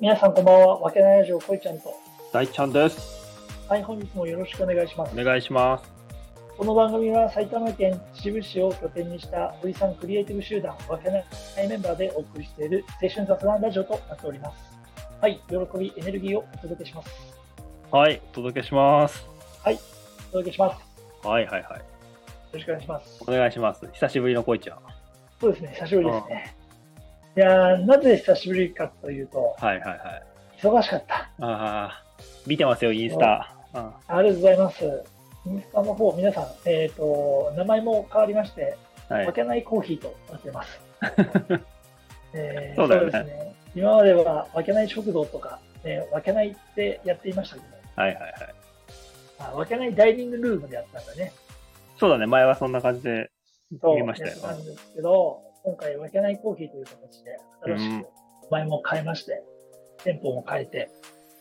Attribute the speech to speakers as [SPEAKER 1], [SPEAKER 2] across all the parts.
[SPEAKER 1] 皆さんこんばんは。わけないラジオ、こいちゃんと。
[SPEAKER 2] 大ちゃんです。
[SPEAKER 1] はい、本日もよろしくお願いします。
[SPEAKER 2] お願いします。
[SPEAKER 1] この番組は埼玉県秩父市を拠点にした堀さんクリエイティブ集団わけないメンバーでお送りしている青春雑談ラジオとなっております。はい、喜び、エネルギーをお届けします。
[SPEAKER 2] はい、お届けします。
[SPEAKER 1] お届けします。よ
[SPEAKER 2] はいはいはい。
[SPEAKER 1] ろしくお願いします
[SPEAKER 2] お。願いします。久しぶりのこいちゃん。
[SPEAKER 1] そうですね、久しぶりですね。いやー、なぜ久しぶりかというと、
[SPEAKER 2] はいはいはい。
[SPEAKER 1] 忙しかった。
[SPEAKER 2] ああ、見てますよ、インスタ。うん
[SPEAKER 1] ありがとうございます。インスタの方、皆さん、えっ、と、名前も変わりまして、
[SPEAKER 2] はい
[SPEAKER 1] 負。けないコーヒーとなって ます。えー
[SPEAKER 2] そうだよね
[SPEAKER 1] ですね。今までは分けない食堂とか、ね、分けないってやっていましたけど、
[SPEAKER 2] はいはいはい。
[SPEAKER 1] あ分けないダイニングルームでやったんだね。
[SPEAKER 2] そうだね、前はそんな感じで
[SPEAKER 1] そう
[SPEAKER 2] 見ましたよ
[SPEAKER 1] やっ。たんですけど、今回分けないコーヒーという形で、新しく前も変えまして、店舗も変えて、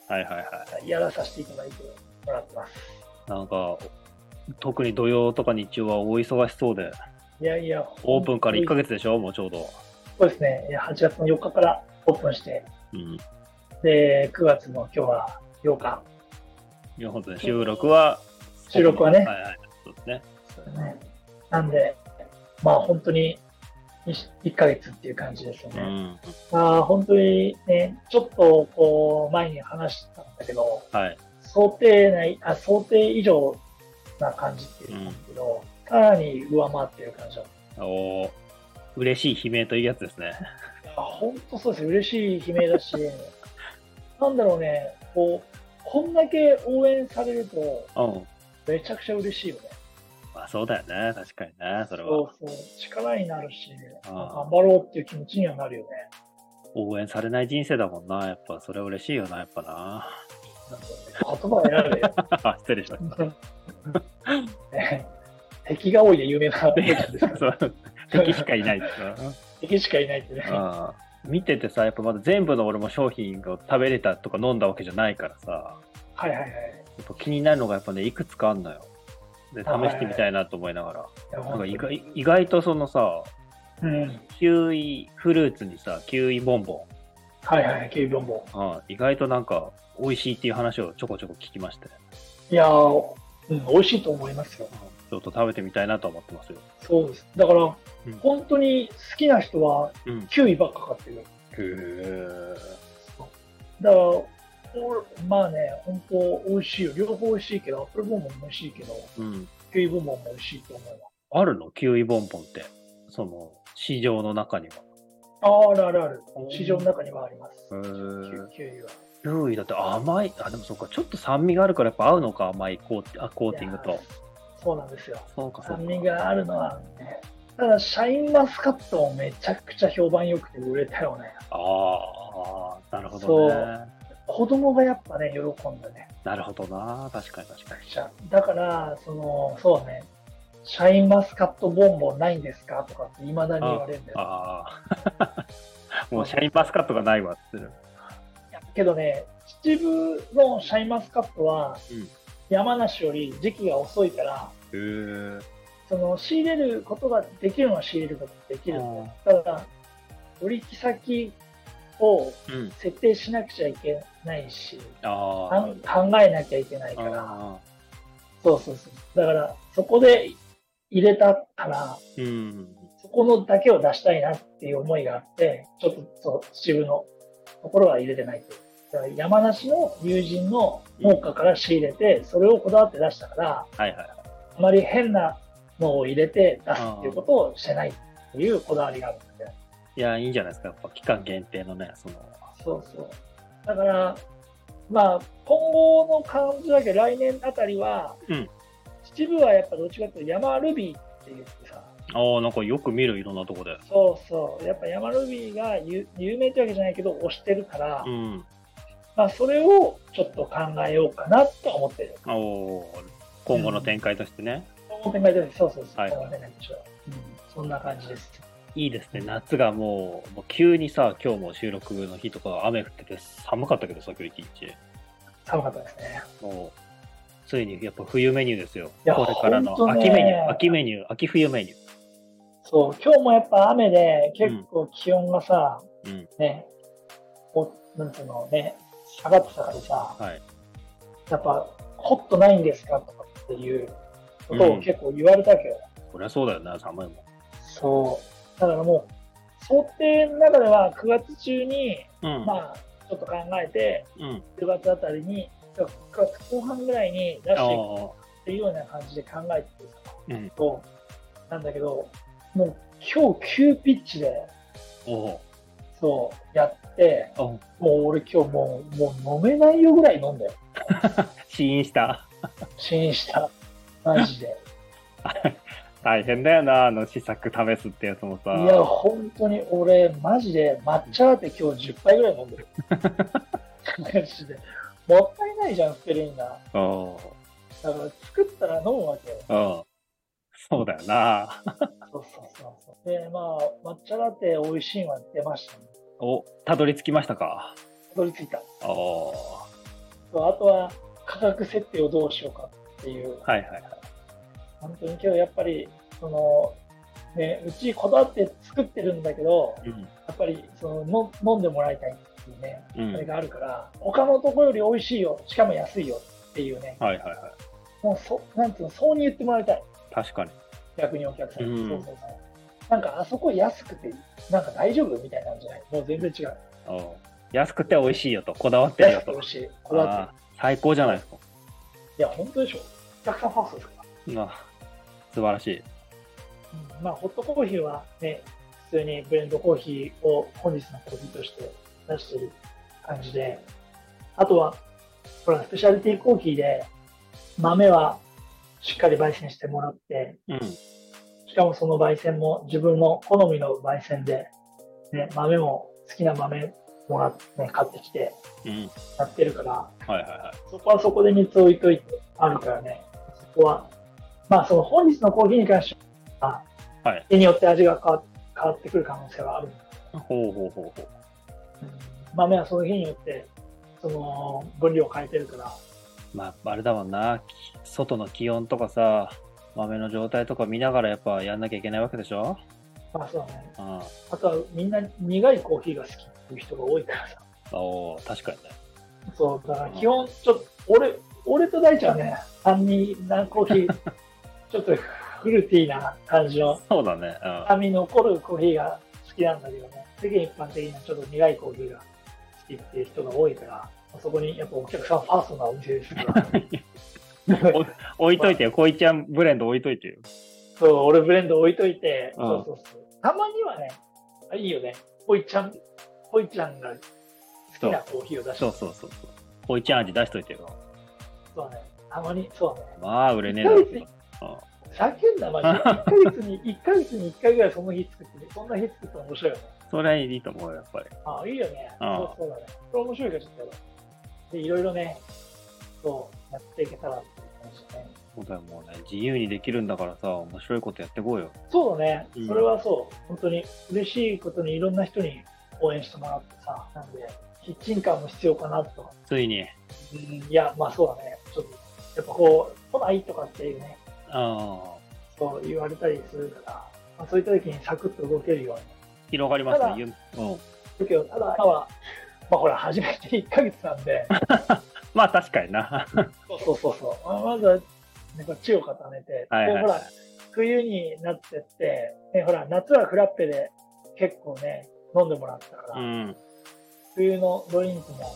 [SPEAKER 2] はいはいは
[SPEAKER 1] やらさせていただいてもらってます。
[SPEAKER 2] い。なんか、特に土曜とか日曜はお忙しそうで、
[SPEAKER 1] いやいや、
[SPEAKER 2] オープンから1ヶ
[SPEAKER 1] 月。
[SPEAKER 2] 月でしょ、もうちょうど。
[SPEAKER 1] そうですね。いや8月の4日からオープンして、
[SPEAKER 2] うん。
[SPEAKER 1] で、9月の今日は8日。
[SPEAKER 2] いや、本当に収録は、
[SPEAKER 1] 収録はね
[SPEAKER 2] はいはい。そうですね。
[SPEAKER 1] ねなんで、まあ本当に1ヶ月っていう感じですよ
[SPEAKER 2] う
[SPEAKER 1] ね。
[SPEAKER 2] ん。
[SPEAKER 1] まあ本当にね、ちょっとこう前に話したんだけど、
[SPEAKER 2] はい。
[SPEAKER 1] 想定内、あ、想定以上な感じっていうんですけど、さらに上回ってる感じだっ
[SPEAKER 2] おー嬉しい悲鳴というやつですね。
[SPEAKER 1] た。いや本当そうです。嬉しい悲鳴だし、 なんだろうね、こう、こんだけ応援されると、
[SPEAKER 2] うん。
[SPEAKER 1] めちゃくちゃ嬉しいよね。
[SPEAKER 2] まあそうだよね、確かにね、それ
[SPEAKER 1] そ
[SPEAKER 2] は。
[SPEAKER 1] うそう。力になるし、
[SPEAKER 2] あ
[SPEAKER 1] 頑
[SPEAKER 2] ー
[SPEAKER 1] 張ろうっていう気持ちにはなるよね。
[SPEAKER 2] 応援されない人生だもんな、やっぱそれは嬉しいよな、やっぱな。
[SPEAKER 1] 言葉を選べよ。
[SPEAKER 2] 失礼しまし
[SPEAKER 1] ね敵が多いで有名な敵ですか
[SPEAKER 2] た。そう敵しかいないっていうか
[SPEAKER 1] 敵しかいないってね。
[SPEAKER 2] うん見ててさ、やっぱまだ全部の俺も商品を食べれたとか飲んだわけじゃないからさ、
[SPEAKER 1] はいはいはい。
[SPEAKER 2] やっぱ気になるのがやっぱね、いくつかあんのよ。で、試してみたいなと思いながら。
[SPEAKER 1] いや
[SPEAKER 2] なんか意
[SPEAKER 1] 本
[SPEAKER 2] 外意外とそのさ、
[SPEAKER 1] 当にうん。
[SPEAKER 2] キウイフルーツにさ、キウイボンボ
[SPEAKER 1] はいはい、警備本部。
[SPEAKER 2] ン、うん、意外となんか美味しいっていう話をちょこちょこ聞きまして、
[SPEAKER 1] いやー、うん、美味しいと思いますよ。
[SPEAKER 2] ちょっと食べてみたいなと思ってますよ。
[SPEAKER 1] そうです。だから、
[SPEAKER 2] うん
[SPEAKER 1] 本当に好きな人は
[SPEAKER 2] うん。
[SPEAKER 1] キウイばっか買ってる。
[SPEAKER 2] へ
[SPEAKER 1] だから、おまあね、本当美味しいよ。両方美味しいけど、アップルボンボンも美味しいけど、
[SPEAKER 2] うん。
[SPEAKER 1] キウイボンボンも美味しいと思います。
[SPEAKER 2] あるのキウイボンボンって。その、市場の中には。
[SPEAKER 1] あるあるある。市場の中にはあります。
[SPEAKER 2] へー
[SPEAKER 1] キウイは。
[SPEAKER 2] キウイだって甘い。あ、でもそうか。ちょっと酸味があるからやっぱ合うのか、甘いコーティあコーティング
[SPEAKER 1] いや
[SPEAKER 2] と。
[SPEAKER 1] そうなんですよ。
[SPEAKER 2] そうか、そう
[SPEAKER 1] 酸
[SPEAKER 2] か。
[SPEAKER 1] 味があるのはね。ただ、シャインマスカットもめちゃくちゃ評判良くて売れたよね。
[SPEAKER 2] ああ、なるほどね
[SPEAKER 1] そ。子供がやっぱね、喜んだね。
[SPEAKER 2] なるほどな。確かに確かに。
[SPEAKER 1] じゃだから、その、そうね、シャインマスカットボンボンないんですかとかって未だに言われるんだよ。
[SPEAKER 2] ああ。 もうシャインマスカットがないわって。
[SPEAKER 1] けどね、秩父のシャインマスカットは
[SPEAKER 2] うん、
[SPEAKER 1] 山梨より時期が遅いから、
[SPEAKER 2] へ
[SPEAKER 1] その、仕入れることができるのは仕入れることができ
[SPEAKER 2] え。
[SPEAKER 1] るんだよ。
[SPEAKER 2] う
[SPEAKER 1] ただ、取引先を
[SPEAKER 2] ん。
[SPEAKER 1] 設定しなくちゃいけないし、
[SPEAKER 2] あ
[SPEAKER 1] あ
[SPEAKER 2] あ
[SPEAKER 1] ん。考えなきゃいけないから、
[SPEAKER 2] ああ。
[SPEAKER 1] そうそうそう。だから、そこで入れたから、
[SPEAKER 2] うん。
[SPEAKER 1] そこのだけを出したいなっていう思いがあって、ちょっとそう、秩父のところは入れてないという。だから山梨の友人の農家から仕入れて、それをこだわって出したから、
[SPEAKER 2] はいはい。
[SPEAKER 1] あまり変なのを入れて出すっていうことをしてないというこだわりがあるので。
[SPEAKER 2] いや、いいんじゃないですか。やっぱ期間限定のね、その。
[SPEAKER 1] そうそう。だから、まあ、今後の感じだけど来年あたりは、
[SPEAKER 2] うん
[SPEAKER 1] 秩父はやっぱどっちかというと山ルビーって言ってさ、
[SPEAKER 2] ああ、なんかよく見る、いろんなとこで。
[SPEAKER 1] そうそう、やっぱ山ルビーが有有名ってわけじゃないけど、推してるから、
[SPEAKER 2] うん。
[SPEAKER 1] まあ、それをちょっと考えようかなとは思ってる。
[SPEAKER 2] おおー、今後の展開としてね。
[SPEAKER 1] そう考えてるそうそうそう、
[SPEAKER 2] はい
[SPEAKER 1] 考えないでしょう、うん。そんな感じです。
[SPEAKER 2] いいですね。夏がもう、もう急にさ、今日も収録の日とか雨降ってて寒かったけどさ、今日一日。
[SPEAKER 1] 寒かったですね。
[SPEAKER 2] もう、ついにやっぱ冬メニューですよ。
[SPEAKER 1] いや
[SPEAKER 2] これから
[SPEAKER 1] ほんと
[SPEAKER 2] の
[SPEAKER 1] ね
[SPEAKER 2] 秋メニュー、秋メニュー、秋冬メニュー。
[SPEAKER 1] そう、今日もやっぱ雨で結構気温がさ、
[SPEAKER 2] うん
[SPEAKER 1] ね、こうなんていうのね、下がってたからさ、
[SPEAKER 2] はい。
[SPEAKER 1] やっぱ、ホットないんですかとかっていうことを結構言われたわけよ。
[SPEAKER 2] こりゃそうだよな、寒いもん。
[SPEAKER 1] そう。だからもう、想定の中では9月中に、
[SPEAKER 2] うん。
[SPEAKER 1] まあ、ちょっと考えて、
[SPEAKER 2] うん。
[SPEAKER 1] 9月あたりに、9月後半ぐらいに出
[SPEAKER 2] あ
[SPEAKER 1] していく
[SPEAKER 2] あ。
[SPEAKER 1] っていうような感じで考えて
[SPEAKER 2] う
[SPEAKER 1] る
[SPEAKER 2] ん
[SPEAKER 1] と、なんだけど、もう今日急ピッチで、
[SPEAKER 2] おお。
[SPEAKER 1] そう、やって、
[SPEAKER 2] おう
[SPEAKER 1] もう俺今日もう、もう飲めないよぐらい飲んだよ。
[SPEAKER 2] 試飲した。
[SPEAKER 1] 試飲した。マジで。
[SPEAKER 2] 大変だよな、あの試作試すってやつもさ。
[SPEAKER 1] いや、本当に俺、マジで抹茶ラテ今日10杯ぐらい飲んでる。 マジで。もったいないじゃん、スペリンが。
[SPEAKER 2] うん。うん。
[SPEAKER 1] だから作ったら飲むわけよ。
[SPEAKER 2] そうだよな。
[SPEAKER 1] そうそうそうそう。で、まあ、抹茶ラテ美味しいのは出ましたね。
[SPEAKER 2] お、たどり着きましたか。
[SPEAKER 1] たどり着いた。
[SPEAKER 2] おお。
[SPEAKER 1] そうあとは価格設定をどうしようかっていう。
[SPEAKER 2] はいはいはい。
[SPEAKER 1] 本当に今日やっぱり、その、ね、うちこだわって作ってるんだけど、
[SPEAKER 2] う
[SPEAKER 1] やっぱりそのの飲んでもらいたいっていうね、
[SPEAKER 2] ん。うん。
[SPEAKER 1] あ
[SPEAKER 2] は
[SPEAKER 1] れ
[SPEAKER 2] い
[SPEAKER 1] があるから、他のとこより美味しいよ、しかも安いよっていうね、
[SPEAKER 2] はいは
[SPEAKER 1] もうそ、なんていうの、そうに言ってもらいたい、
[SPEAKER 2] い。確かに。
[SPEAKER 1] 逆にお客さんに。
[SPEAKER 2] うん
[SPEAKER 1] そうそうそう。なんかあそこ安くて、なんか大丈夫みたいなんじゃないもう全然違う。
[SPEAKER 2] おう安くて美味しいよと、こだわってるよ
[SPEAKER 1] 安くて
[SPEAKER 2] と
[SPEAKER 1] 美。味しい。こだわって
[SPEAKER 2] あー最高じゃないですか。
[SPEAKER 1] る。いや、本当でしょ。お客さんファーストですから。
[SPEAKER 2] まあ、素晴らしい。
[SPEAKER 1] うんまあ、ホットコーヒーはね、普通にブレンドコーヒーを本日のコーヒーとして出してる感じで、あとは、ほら、スペシャリティコーヒーで、豆はしっかり焙煎してもらって、
[SPEAKER 2] うん。
[SPEAKER 1] しかもその焙煎も自分の好みの焙煎で、ね、豆も好きな豆もらって、ね、買ってきて
[SPEAKER 2] うん。
[SPEAKER 1] やってるから、
[SPEAKER 2] はいはいはい。
[SPEAKER 1] そこはそこで水置いといてあるからね、そこは、まあその本日のコーヒーに関しては、
[SPEAKER 2] はい
[SPEAKER 1] 手によって味が変わ変わってくる可能性はある。
[SPEAKER 2] ほうほうほうほう。
[SPEAKER 1] 豆はその日によって、その分量を変えてるから、
[SPEAKER 2] まあ、あれだもんな。き外の気温とかさ、豆の状態とか見ながらやっぱやんなきゃいけないわけでしょ
[SPEAKER 1] まあそうだね。
[SPEAKER 2] うん。
[SPEAKER 1] あとはみんな苦いコーヒーが好きっていう人が多いからさ。
[SPEAKER 2] おー確かにね。
[SPEAKER 1] そう、だから基本、ちょっと、俺、俺と大ちゃんはね、3人なコーヒ ー、ちょっとフルーティーな感じの
[SPEAKER 2] そうだね。うん。
[SPEAKER 1] 深み残るコーヒーが好きなんだけどね、世間一般的にはちょっと苦いコーヒーが好きっていう人が多いから、そこにやっぱお客さんファーストなお店ですから、
[SPEAKER 2] 置いといてよ。こいちゃんブレンド置いといてよ。
[SPEAKER 1] そう、俺ブレンド置いといて、
[SPEAKER 2] うん
[SPEAKER 1] そうそうそう。たまにはね、あいいよね、ほいちゃん、ほいちゃんが好きなコーヒーを出して、
[SPEAKER 2] そうそうそうそう。こいちゃん味出しといてよ。
[SPEAKER 1] そうね、たまに、そうね。
[SPEAKER 2] まあ、売れねえだろうけど。
[SPEAKER 1] 叫んだマジで。1ヶ月に、1ヶ月に1回ぐらいその日作ってね、そんな日作ったら面白いよね。
[SPEAKER 2] それはいいと思うよ、やっぱり。
[SPEAKER 1] ああ、いいよね。
[SPEAKER 2] うん
[SPEAKER 1] そうそうだね。これ面白いからちょっとやろう。で、いろいろね、そう、やっていけたらっていう感じだね。
[SPEAKER 2] そうだよ、もうね、自由にできるんだからさ、面白いことやってこうよ。
[SPEAKER 1] そうだね
[SPEAKER 2] うん。
[SPEAKER 1] それはそう。本当に嬉しいことにいろんな人に応援してもらってさ、なんで、キッチンカーも必要かなと。
[SPEAKER 2] ついに。
[SPEAKER 1] うん、いや、まあそうだね。ちょっと、やっぱこう、来ないとかっていうね、
[SPEAKER 2] ああ、
[SPEAKER 1] そう言われたりするから、まあ、そういった時にサクッと動けるように。
[SPEAKER 2] 広がります
[SPEAKER 1] ただ
[SPEAKER 2] ね。ゆうん、
[SPEAKER 1] だけど、ただ、今は、まあほら、初めて1ヶ月なんで、
[SPEAKER 2] まあ、確かに な。
[SPEAKER 1] そうそうそうそう。まあまずは、ね、こう地を固めて、
[SPEAKER 2] はいはい
[SPEAKER 1] でほら、冬になってって、ね、ほら、夏はフラッペで結構ね、飲んでもらったから、
[SPEAKER 2] うん、
[SPEAKER 1] 冬のドリンクも、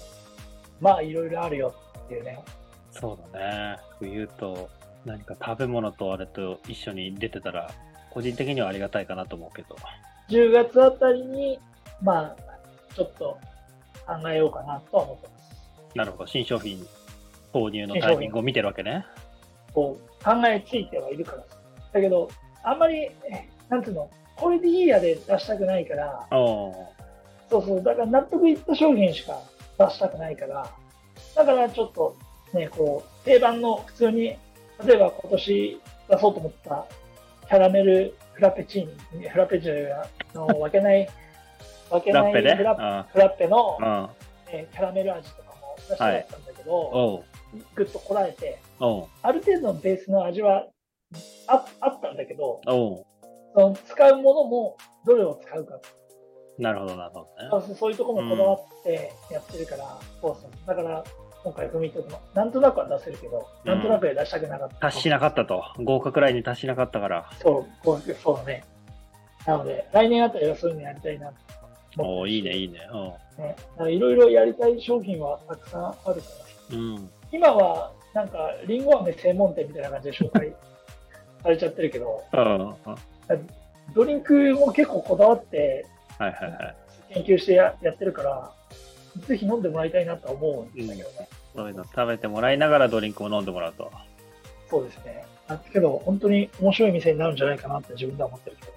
[SPEAKER 1] まあ、いろいろあるよっていうね。
[SPEAKER 2] そうだね。冬と、何か食べ物とあれと一緒に出てたら、個人的にはありがたいかなと思うけど。
[SPEAKER 1] 10月あたりに、まあ、ちょっと考えようかなとは思ってます。
[SPEAKER 2] なるほど、新商品投入のタイミングを見てるわけね。
[SPEAKER 1] こう、考えついてはいるから。だけど、あんまり、えなんていうの、これでいいやで出したくないから、
[SPEAKER 2] おー
[SPEAKER 1] そうそう、だから納得いった商品しか出したくないから、だからちょっとね、こう、定番の普通に、例えば今年出そうと思ったキャラメルフラペチーニ、フラペチーニの分けない、分け
[SPEAKER 2] ラ
[SPEAKER 1] な
[SPEAKER 2] ッ
[SPEAKER 1] い
[SPEAKER 2] ペ
[SPEAKER 1] フ
[SPEAKER 2] で、
[SPEAKER 1] ラフラッペの
[SPEAKER 2] う、ん。うん。
[SPEAKER 1] ねキャラメル味とかも出したかったんだけど、
[SPEAKER 2] おう
[SPEAKER 1] ぐっとこらえて、
[SPEAKER 2] おう
[SPEAKER 1] ある程度のベースの味はああったんだけど、
[SPEAKER 2] おう
[SPEAKER 1] その使うものもどれを使うかっ
[SPEAKER 2] なるほど、なるほどね。
[SPEAKER 1] そうそういうところもこだわってやってるから、そうそうだから今回踏みともなんとなくは出せるけど、
[SPEAKER 2] うん
[SPEAKER 1] なんとなくは出したくなかった
[SPEAKER 2] 達しなかったと。合格ラインに達しなかったから。
[SPEAKER 1] そうこうそうだねなので来年あたりはそういうのやりたいな
[SPEAKER 2] おおいいね、いいね。
[SPEAKER 1] ねなんかいろいろやりたい商品はたくさんあるから
[SPEAKER 2] うん。うん。
[SPEAKER 1] 今はなんかりんご飴専門店みたいな感じで紹介 されちゃってるけど
[SPEAKER 2] うん。はい
[SPEAKER 1] ドリンクも結構こだわって
[SPEAKER 2] はいはい。
[SPEAKER 1] 研究してややってるからぜひ飲んでもらいたいなとは思うんだけどね、
[SPEAKER 2] そういうの食べてもらいながらドリンクを飲んでもらうと。
[SPEAKER 1] そうですね。だけど、本当に面白い店になるんじゃないかなって自分では思ってるけど。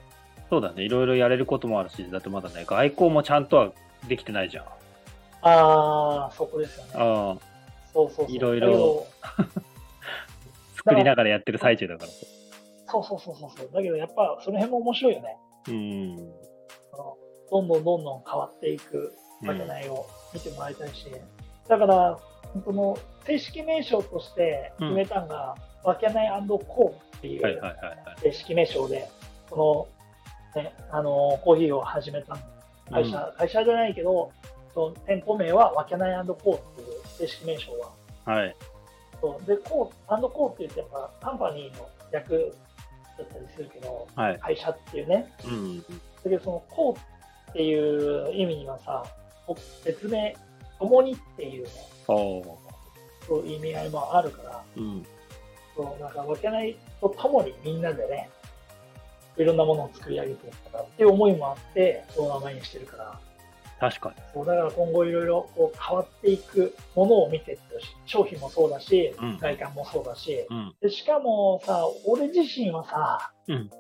[SPEAKER 2] そうだね。いろいろやれることもあるし、だってまだね、外交もちゃんとはできてないじゃん。
[SPEAKER 1] ああ、そこですよね。
[SPEAKER 2] ああ。
[SPEAKER 1] そうそうそう。
[SPEAKER 2] いろいろ
[SPEAKER 1] だ
[SPEAKER 2] 作りながらやってる最中だから。
[SPEAKER 1] けど。そうそうそうそうそう。だけど、やっぱその辺も面白いよね。
[SPEAKER 2] うん。
[SPEAKER 1] そのどんどんどんどん変わっていく
[SPEAKER 2] う
[SPEAKER 1] わけ
[SPEAKER 2] ん。
[SPEAKER 1] ないを見てもらいたいし。だから、その正式名称として決めたのが、わけないコーってい
[SPEAKER 2] はいはいうはいはい。
[SPEAKER 1] 正式名称で、この、ね、あのコーヒーを始めたん会社,、会社じゃないけど、その店舗名はわけないコーっていう正式名称は。
[SPEAKER 2] うんはい。
[SPEAKER 1] そうで、コーコーって言ってやっぱカンパニーの略だったりするけど、
[SPEAKER 2] はい。
[SPEAKER 1] 会社っていうね。
[SPEAKER 2] うん。
[SPEAKER 1] だけどそのコーっていう意味にはさ、こ別名、共にっていうね、
[SPEAKER 2] おお
[SPEAKER 1] そういう意味合いもあるから、
[SPEAKER 2] ー。うん。
[SPEAKER 1] そうなんかわけないと共にみんなでね、いろんなものを作り上げていったからっていう思いもあって、その名前にしてるから。
[SPEAKER 2] 確か
[SPEAKER 1] そうだから今後いろいろこう変わっていくものを見てってほしい商品もそうだし、
[SPEAKER 2] うん
[SPEAKER 1] 外観もそうだし
[SPEAKER 2] に。うん。
[SPEAKER 1] でしかもさ俺自身はさ
[SPEAKER 2] うん。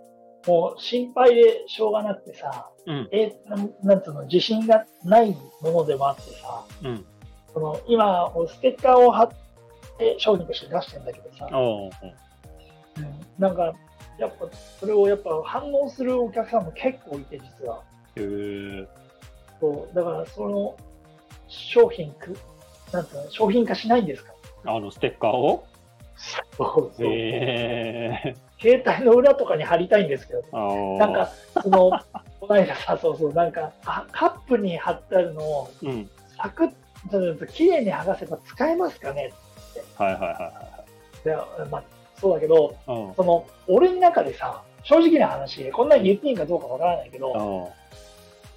[SPEAKER 1] もう心配でしょうがなくてさ
[SPEAKER 2] うん。
[SPEAKER 1] えなんなんつうの自信がないものでもあってさ
[SPEAKER 2] うん。
[SPEAKER 1] その今ステッカーを貼って商品として出してんだけどさ、
[SPEAKER 2] おお。
[SPEAKER 1] うんなんかやっぱそれをやっぱ反応するお客さんも結構いて実は
[SPEAKER 2] へえ。
[SPEAKER 1] そうだからその商品くなんつうの商品化しないんですか
[SPEAKER 2] あの、ステッカーを
[SPEAKER 1] そうそう
[SPEAKER 2] へえ。
[SPEAKER 1] 携帯の裏とかに貼りたいんですけど、
[SPEAKER 2] おお。
[SPEAKER 1] なんか、その、 こないださ、そうそう、なんか、あカップに貼ってあるのを、
[SPEAKER 2] うん。
[SPEAKER 1] サクッと、綺麗に剥がせば使えますかね
[SPEAKER 2] はいはいは
[SPEAKER 1] でまあ、そうだけど、
[SPEAKER 2] いはい。うん。
[SPEAKER 1] その、俺の中でさ、正直な話、こんなに言っていいかどうかわからないけど、
[SPEAKER 2] お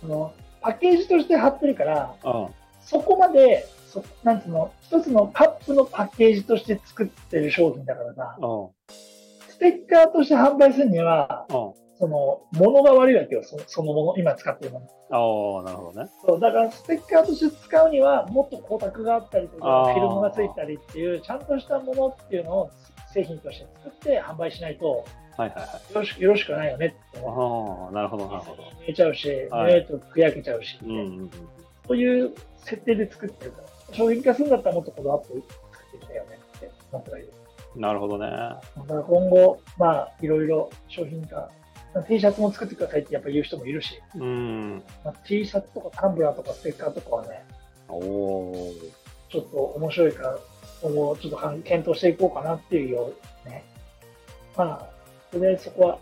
[SPEAKER 1] そのパッケージとして貼ってるから、
[SPEAKER 2] お。うん。
[SPEAKER 1] そこまで、そなんつうの、一つのカップのパッケージとして作ってる商品だからさ、
[SPEAKER 2] おう
[SPEAKER 1] ステッカーとして販売するには、
[SPEAKER 2] おう
[SPEAKER 1] その、ものが悪いわけよ、そそのもの、今使ってるもの。
[SPEAKER 2] おうなるほどね。
[SPEAKER 1] そう、だからステッカーとして使うには、もっと光沢があったりと
[SPEAKER 2] あ
[SPEAKER 1] か、
[SPEAKER 2] ー
[SPEAKER 1] フィルムがついたりっていう、ちゃんとしたものっていうのを製品として作って販売しないと、よ
[SPEAKER 2] はいはいはい。
[SPEAKER 1] ろしく、よろしくないよねって思う。
[SPEAKER 2] おおなるほどなるほど。
[SPEAKER 1] 見えちゃうし、
[SPEAKER 2] はい
[SPEAKER 1] 見えるとふやけちゃうし、
[SPEAKER 2] うんうんうん。
[SPEAKER 1] そういう設定で作ってるから、商品化するんだったらもっとこだわって作っていきたいよねって思ってたりです。
[SPEAKER 2] なるほどね。
[SPEAKER 1] だから今後、まあ、いろいろ商品化、T シャツも作ってくださいってやっぱ言う人もいるし、
[SPEAKER 2] うん。
[SPEAKER 1] まあ、T シャツとかタンブラーとかステッカーとかはね、
[SPEAKER 2] おお。
[SPEAKER 1] ちょっと面白いから、今後ちょっとかん検討していこうかなっていうようね。まあ、とりあえずそこは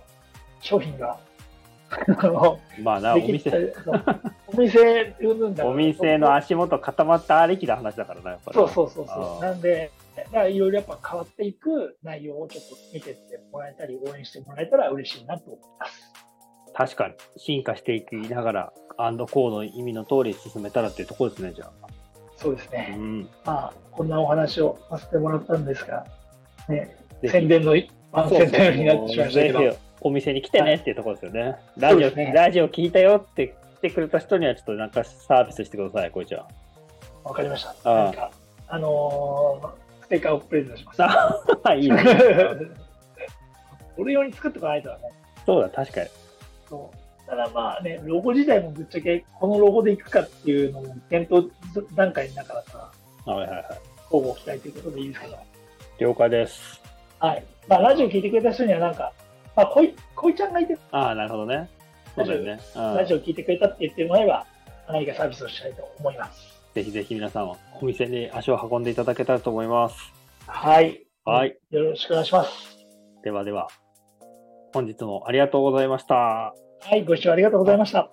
[SPEAKER 1] 商品が、あの、
[SPEAKER 2] まあな、お
[SPEAKER 1] できた
[SPEAKER 2] 店、
[SPEAKER 1] りそうお店、うんぬんだから
[SPEAKER 2] お店の足元固まったありきな話だからな、やっぱり。
[SPEAKER 1] そうそうそうそ
[SPEAKER 2] あ
[SPEAKER 1] う。
[SPEAKER 2] ー
[SPEAKER 1] なんで、だからいろいろやっぱ変わっていく内容をちょっと見てってもらえたり、応援してもらえたら嬉しいなと思います。
[SPEAKER 2] 確かに進化していきながらアンドコーの意味の通り進めたらっていうところですねじゃあ、
[SPEAKER 1] そうです
[SPEAKER 2] う
[SPEAKER 1] ね。
[SPEAKER 2] ん、
[SPEAKER 1] まあ、こんなお話をさせてもらったんですが、ね、
[SPEAKER 2] ぜひ
[SPEAKER 1] 宣伝のい、あ
[SPEAKER 2] そうそう
[SPEAKER 1] 宣伝になってしまいましたけど。
[SPEAKER 2] ぜひお店に来てねっていうところですよね、ラ
[SPEAKER 1] そう
[SPEAKER 2] ジ
[SPEAKER 1] で
[SPEAKER 2] オ
[SPEAKER 1] すね
[SPEAKER 2] ラジオ聞いたよって来てくれた人にはちょっとなんかサービスしてくださいこいちゃん
[SPEAKER 1] わかりました。
[SPEAKER 2] ああ
[SPEAKER 1] なんか、あのー、ステッカーをプレゼントします。
[SPEAKER 2] さあ いいね
[SPEAKER 1] 俺用に作 ってこないとはね。
[SPEAKER 2] そうだ確かに
[SPEAKER 1] そうただまあね、ロゴ自体もぶっちゃけ、このロゴでいくかっていうのも検討段階だからさ、
[SPEAKER 2] はいはいはい
[SPEAKER 1] 交互期待ということでいいですけど。
[SPEAKER 2] 了解です
[SPEAKER 1] はい。まあ、ラジオ聞いてくれた人にはなんか、まあ、こい、こいちゃんがいて、
[SPEAKER 2] ああなるほどねそうだよね、う
[SPEAKER 1] ラ
[SPEAKER 2] ん、
[SPEAKER 1] ジオ聞いてくれたって言ってもらえば、何かサービスをしたいと思います。
[SPEAKER 2] ぜひぜひ皆さんはお店に足を運んでいただけたらと思います
[SPEAKER 1] はい。
[SPEAKER 2] はい。
[SPEAKER 1] よろしくお願いします。
[SPEAKER 2] ではでは本日もありがとうございました
[SPEAKER 1] はい、ご視聴ありがとうございました。